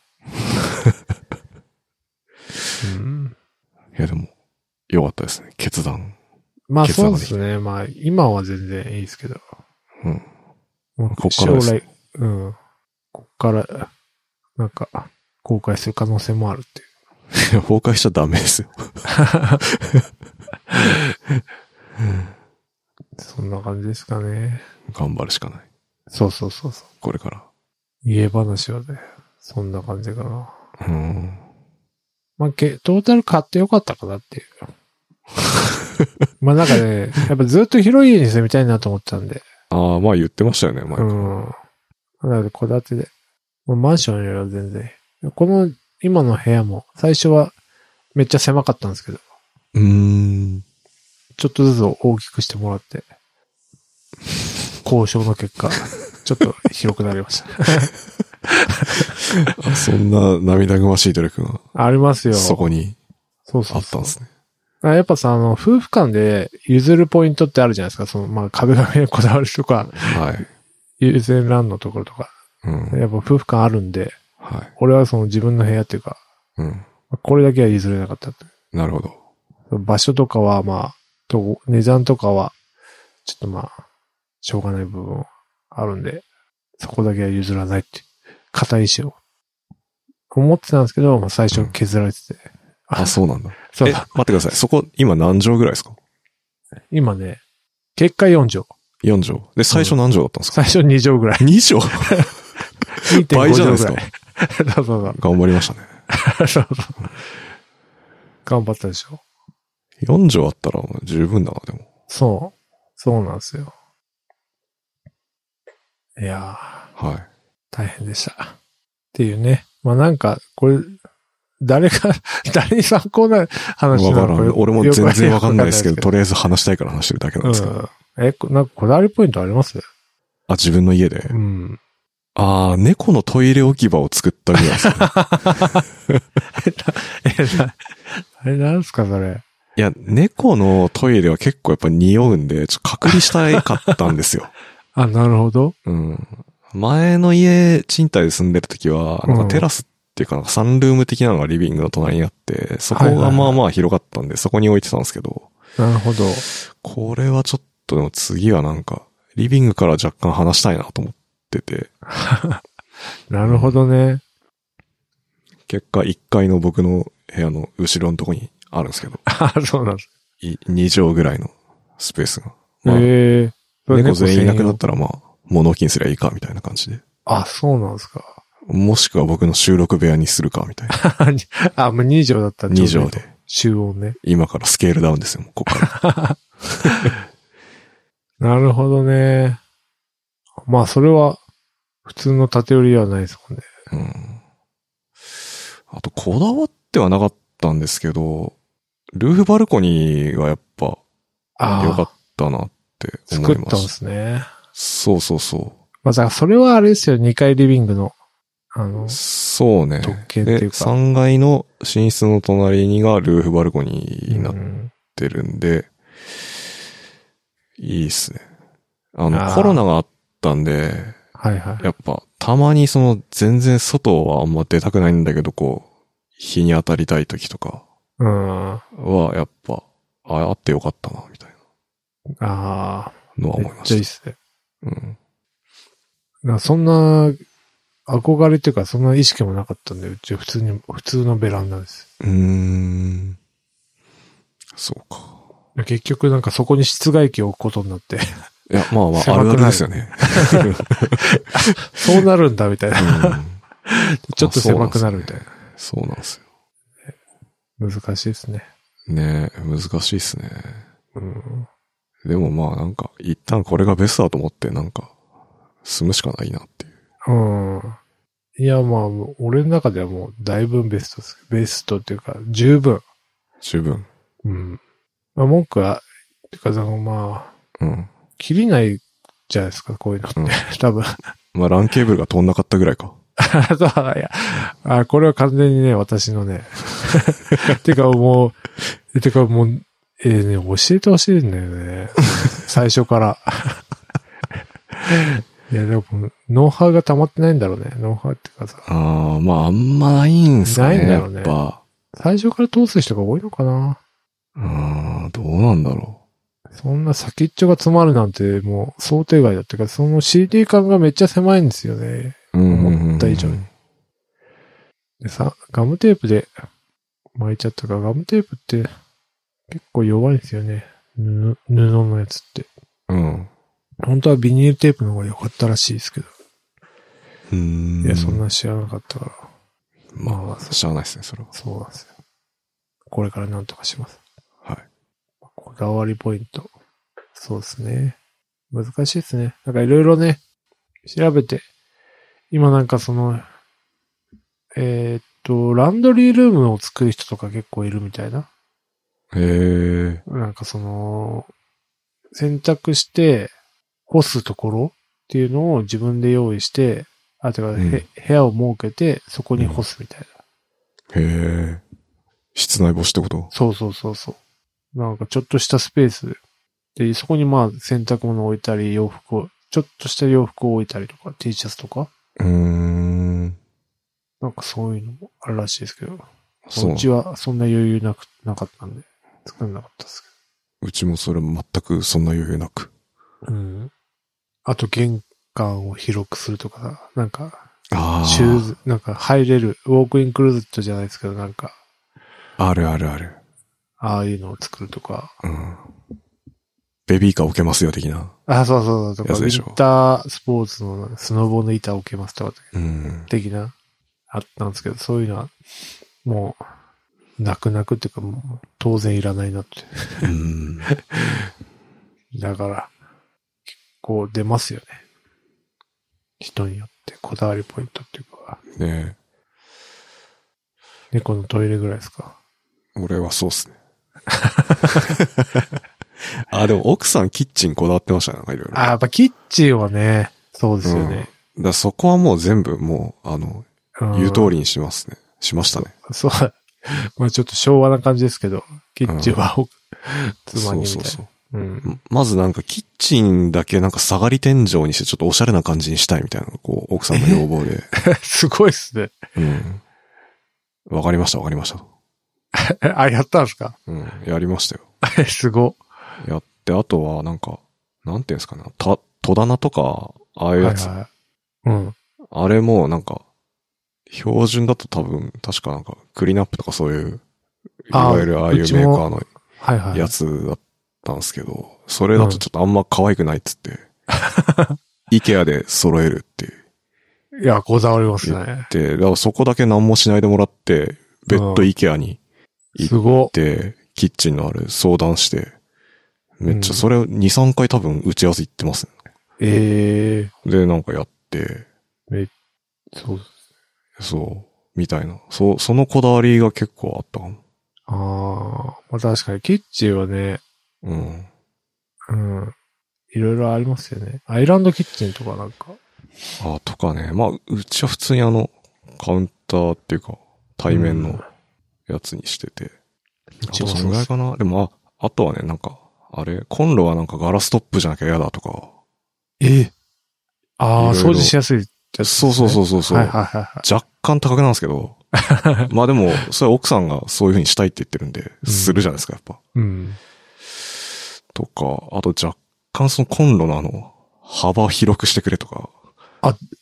うん、いや、でも、よかったですね。決断。 まあ決そ断うがでできたすね。まあ今は全然いいですけど。うん。もうこっからです将来、うん。こっから、なんか、後悔する可能性もあるっていう。いや崩壊しちゃダメですよ。そんな感じですかね。頑張るしかない。そうそうそうそう。これから。家話はね、そんな感じかな。うん。まあ、けトータル買ってよかったかな っていう。まあなんかね、やっぱずっと広い家に住みたいなと思ってたんで。ああ、まあ言ってましたよね、前。うん。なので、戸建てで。もうマンションよりは全然。この、今の部屋も、最初はめっちゃ狭かったんですけど、うーん。ちょっとずつ大きくしてもら って、交渉の結果、ちょっと広くなりました。あそんな涙ぐましい努力が、 ありますよ。そこにそうそあうったそんうですね。あやっぱさ、あの、夫婦間で譲るポイントってあるじゃないですか。その、まあ、壁紙にこだわると か、はい。譲らんのところとか。うん。やっぱ夫婦間あるんで、はい。俺はその自分の部屋っていうか、うん。これだけは譲れなかったって。なるほど。場所とかは、まあ、と、値段とかは、ちょっとまあ、しょうがない部分あるんで、そこだけは譲らないって、固い意志を思ってたんですけど、もう最初削られてて。あ、そうなんだ。そえ、う待ってください。そこ、今何畳ぐらいですか今ね、結果4畳。 ?4 畳。で、最初何畳だったんですか、最初2畳ぐ らい。 ?2 畳2.5倍畳じゃないでぐすらかい。。そうそうそう。頑張りましたね。頑張ったでしょ。 4畳あったら十分だな、でも。そう。そうなんですよ。いやー、はい。大変でした。っていうね。まあなんか、これ、誰が、 誰に参考になる話わなかのらこれん。俺も全然わかんないですけど、よくとりあえず話したいから話してるだけなんわかんないでですすけけど。どうん。え、こなんかこだわりポイントありますあ、自分の家でう。ん。あー、猫のトイレ置き場を作ったぐらいですね。 え、 な、あれなんすかそれ。いや、猫のトイレは結構やっぱ匂うんで、ちょっと隔離したかったんです よ。あ、なるほど。うん。前の家、賃貸で住んでる時は、なんうかんテラスっていうか、サンルーム的なのがリビングの隣にあって、そこはいはいはがいまあまあ広かったんで、そこに置いてたんですけど、なるほど。これはちょっとでも次はなんか、リビングから若干離したいなと思ってて、なるほどね。結果1階の僕の部屋の後ろのとこにあるんですけど、あ、そうなんです。い2畳ぐらいのスペースが。まあ、へえ。それ猫全員いなくな専っ用たらまあ、物置にすりゃいいか、みたいな感じで。あ、そうなんですか。もしくは僕の収録部屋にするか、み たいな。あ、もう2畳だった2畳。で。中央ね。今からスケールダウンですよ、もうここから。なるほどね。まあ、それは、普通の縦寄りではないですもんね。うん。あと、こだわってはなかったんですけど、ルーフバルコニーがやっぱああ、良かったなって思作いっま。たんですすね。そうそうそまあ、だからそれはあれですよ、2階リビングの、あのう。、そうね。特権っていうかで3階の寝室の隣にがルーフバルコニーになっうんってるんで、いいっすね。あの、あーコロナがあったんで、はいはい。やっぱ、たまにその、全然外はあんま出たくないんだけど、こう、日に当たりたい時とかうん。あは、やっぱ、ああってよかったな、みたいあなのはー、め思いっまちゃいいっし。たすね。うん。なんかそんな、憧れっていうか、そんな意識もなかったんで、うち普通に、普通のベランダです。うーん。そうか。結局なんかそこに室外機を置くことになって、 いや、まあまあ、狭あくなるるあるですよね。そうなるんだみたいな。うんちょっと狭くなるみたいな。そうなんですよ。難しいですね。ね難しいっすね。うん。でもまあなんか、一旦これがベストだと思って、なんか、住むしかないなっていう。うん。いや、まあ、俺の中ではもう、だいぶベストです。ベストっていうか、十分。十分。うん。まあ、文句は、てか、そのまあ、うん。切りないじゃないですか、こういうのって。うん 多分。まあ、ランケーブルが飛んなかったぐらいか。あとは、いや、あこれは完全にね、私のね。 てか、もう、てか、もう、えーね、教えてほしいんだよ ね。最初から。 いや、でも、ノウハウが溜まってないんだろうね。ノウハウっていうかさ、ああ、まあ、あんまないんすかね。ないんだろうねやっぱ。最初から通す人が多いのかなうーん、どうなんだろそんな先っちょが詰まるなんてもう想定外だったから、その CD 感がめっちゃ狭いんですよね。う。うんうんうん思った以上に。でさ、ガムテープで巻いちゃったから、ガムテープって結構弱いんですよね。布、布のやつって。うん。本当はビニールテープの方が良かったらしいですけど。うーん。いや、そん。な知らなかったから。まあ、しゃあないですね、それは。そうなんですよ。これからなんとかします。はい。こだわりポイント。そうですね。難しいですね。なんかいろいろね、調べて、今なんかその、えーっと、ランドリールームを作る人とか結構いるみたいな。へえ。なんかその、洗濯して、干すところっていうのを自分で用意して、あ、てか、んへ部屋を設けて、そこに干すみたいな。へえ。室内干しってことそうそうそうそう。なんかちょっとしたスペースで、そこにまあ洗濯物を置いたり、洋服を、ちょっとした洋服を置いたりとか、T シャツとか、うーん。なんかそういうのもあるらしいですけど、そううち。はそんな余裕なく、なかったんで、作んなかったですうちもそれ全くそんな余裕なく。けど。うん。あと玄関を広くするとか、なんか、ああ。シューズ、なんか入れる、ウォークインクルーゼットじゃないですけど、なんか、あるあるある。ああいうのを作るとか。うん。ベビーカー置けますよ、的な。あ、そうそうそう、とやか、つウでしょィンタースポーツのスノボの板を置けますとか、うん。的な、あったんですけど、そういうのは、もう、泣く泣くっていうか、もう当然いらないなって。 うん。だから、結構出ますよね。人によってこだわりポイントっていうか、ね猫のトイレぐらいですか。俺はそう っすね。あ、でも奥さんキッチンこだわってましたね、なんかいろいろ。あ、やっぱキッチンはね、そうですよね。だからそこはもう全部もう、あの、うん言う通りにしますね。しましたね。 そう。まあちょっと昭和な感じですけど、キッチンは、妻にそうみたいそうな。そう。うん。 ままずなんかキッチンだけなんか下がり天井にしてちょっとおしゃれな感じにしたいみたいな、こう、奥さんの要 望で。すごいっすね。 うん。わかりました、わかりました。あ、やったんですか うん。やりましたよ。すご。やって、あとはなんか、なんていうんですかね、た、戸棚とか、ああいうはやいつ、はい。うん。あれもなんか、標準だと多分、確かなんか、クリーンアップとかそういう、いあーわゆるああいううちもメーカーのはいはい。やつだったんですけど、それだとちょっとあんま可愛くないっつって、 イケアで揃えるっていう。いや、こだわりますね。で、だからそこだけ何もしないでもらって、ベッドイケアにいすご。でキッチンのあれ相談して、めっちゃそれ2、3回多分打ち合わせ行ってますね。ええで、なんかやって、そう。そう、みたいな。そ、そのこだわりが結構あったかも。ああ、まあ確かにキッチンはね、うん。うん。いろいろありますよね。アイランドキッチンとかなんか。あ、とかね。まあ、うちは普通にあの、カウンターっていうか、対面のやつにしてて。うちあもとそうそのぐらいかな。でも、あ、あとはね、なんか、あれ、コンロはなんかガラストップじゃなきゃ嫌だとか。ええ。ああ、いろいろ掃除しやすいってやつですそねうそうそうそうそう。はいはいはいはい。若干高くなんです けど。まあでも、それは奥さんがそういう風にしたいって言ってるんで、うんするじゃないですか、やっぱ。うん。とか、あと若干そのコンロのあの、幅を広くしてくれとか。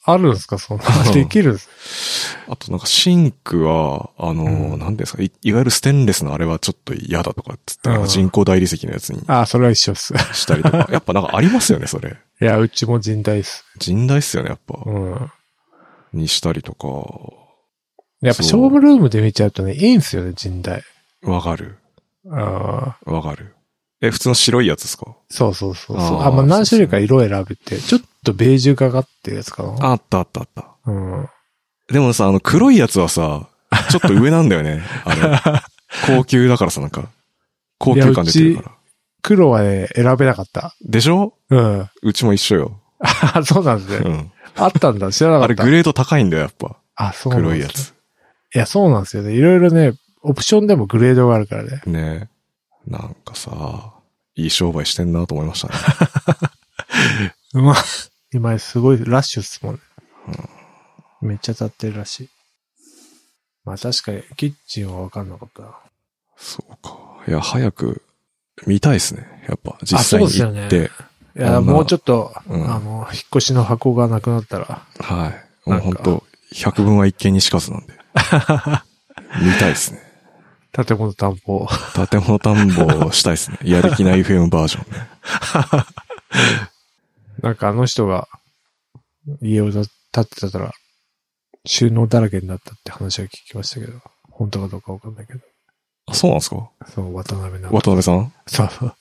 あるんですかそんな う。んできるんですあとなんかシンクは、あの、うんなんていうんですかい、いわゆるステンレスのあれはちょっと嫌だとかっつって、うんなんか人工大理石のやつにああ、それは一緒っす。したり とか。やっぱなんかありますよね、それ。いや、うちも人大っす。甚大っすよね、やっぱ。うん。にしたりとか、やっぱショールームで見ちゃうとね、いいんすよね、人大。わかる。ああ、わかる。え、普通の白いやつですかそうそうそうそう。あああまあ何種類か色選べて、ちょっとベージュがかってるやつかな。あったあったあった。うん。でもさ、あの、黒いやつはさ、ちょっと上なんだよね。あれ。 高級だからさ、なんか。高級感出てるから。黒はね、選べなかった。でしょうん。 うちも一緒よ。あ、そうなんですうね。ん。あったんだ。知らなかあっれた。グレード高いんだよ、やっぱ。あ、そうなんです黒ねいや。つ。いや、そうなんですよね。いろいろね、オプションでもグレードがあるからね。ねなんかさ、いい商売してんなと思いま したね。うまい。今すごいラッシュっすもんね。めっちゃ立ってるらしい。まあ確かに、キッチンはわかんなかったな。そうか。いや、早く、見たいですね。やっぱ、実際に行あそうっですよて。いや、あんなもうちょっと、うんあの、引っ越しの箱がなくなったら、はい。もうなん本か当百分は一見にしか ずなんで。見たいですね。建物担保。 建物探訪したいですね。やる気ない FM バージョンね。なんかあの人が、家を建てたら、収納だらけになったって話は聞きましたけど、本当かどうかわかんないけど、あ、そうなんですかその渡辺なんか渡辺さん そうそう。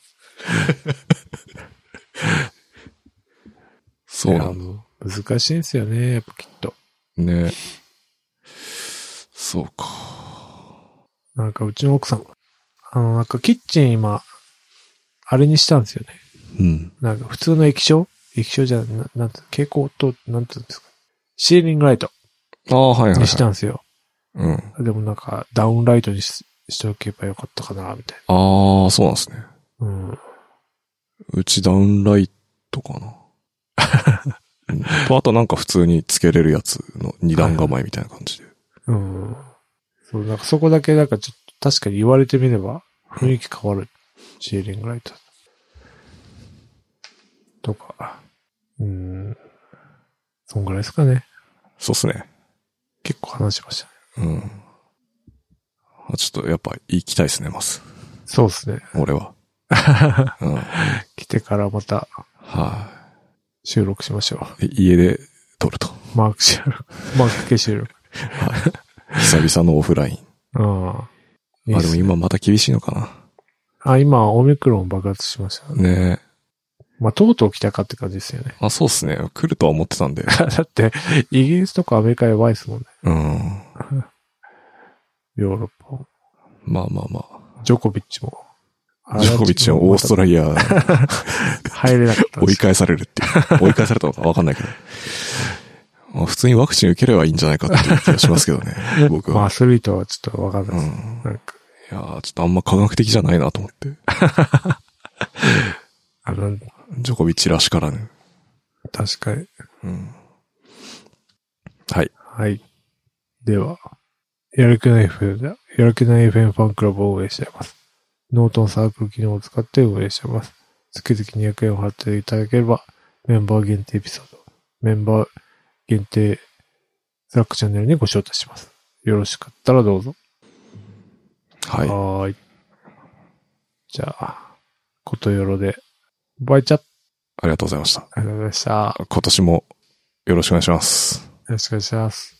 そういなやんだ。もう難しいんですよね、やっぱきっと。ねそうか。なんかうちの奥さん、あの、なんかキッチン今、あれにしたんですよね。うん。なんか普通の液晶液晶じゃな、なんて、蛍光灯、なんていうんですか。シーリングライトああ、はいはい、はにしい。たんですよ。うん。でもなんか、ダウンライトにししとけばよかったかな、みたいああ、そうなんですね。な。うん。うちダウンライトかな。うんと、あとなんか普通につけれるやつの二段構えみたいな感じで。うん。そう、なんかそこだけなんかちょっと確かに言われてみれば雰囲気変わる。シーリングライト。とか。うん。そんぐらいですかね。そうっすね。結構話しましたね。うん。あちょっとやっぱ行きたいっすね、ます。そうですね。俺 は。うん。はい、来てからまた収録しましょで家で撮ると。う。マーク収録。 マーク系収録。久々のオフライン。うん。いいまっあですもね今また厳しいのかあ、今、オミクロン爆発しましたな。ね。ねえ。まあ、とうとう来たかって感じですよね。あ、そうっすね。来るとは思ってたん で。だって、イギリスとかアメリカやばいですもんね。うん。ヨーロッパも。まあまあまジョコビッチも。あ。ジョコビッチはオーストララリアリア。入れなかったん追でいすよ。返されるっていう。追い返されたのかわかんないけ ど。あ普通にワクチン受ければいいんじゃないかっていう気がしますけど ね。僕まあ、は。アスリートはちょっとわかんないうん。でいす。なんか、やーちょっとあんま科学的じゃないなと思って。あの、ジョコビッチらしからぬ。確かに。うん。はい。はい。では、やる気ない FM だ。やる気ない FM ファンクラブを運営しています。ノートのサークル機能を使って運営しています。月々200円を払っていただければ、メンバー限定エピソード、メンバー限定スラックチャンネルにご招待します。よろしかったらどうぞ。はい。はーい。じゃあ、ことよろで、バイチャッありがとうございました。ありがとうございました。よ今年もよろしくお願いします。ろしくお願いします。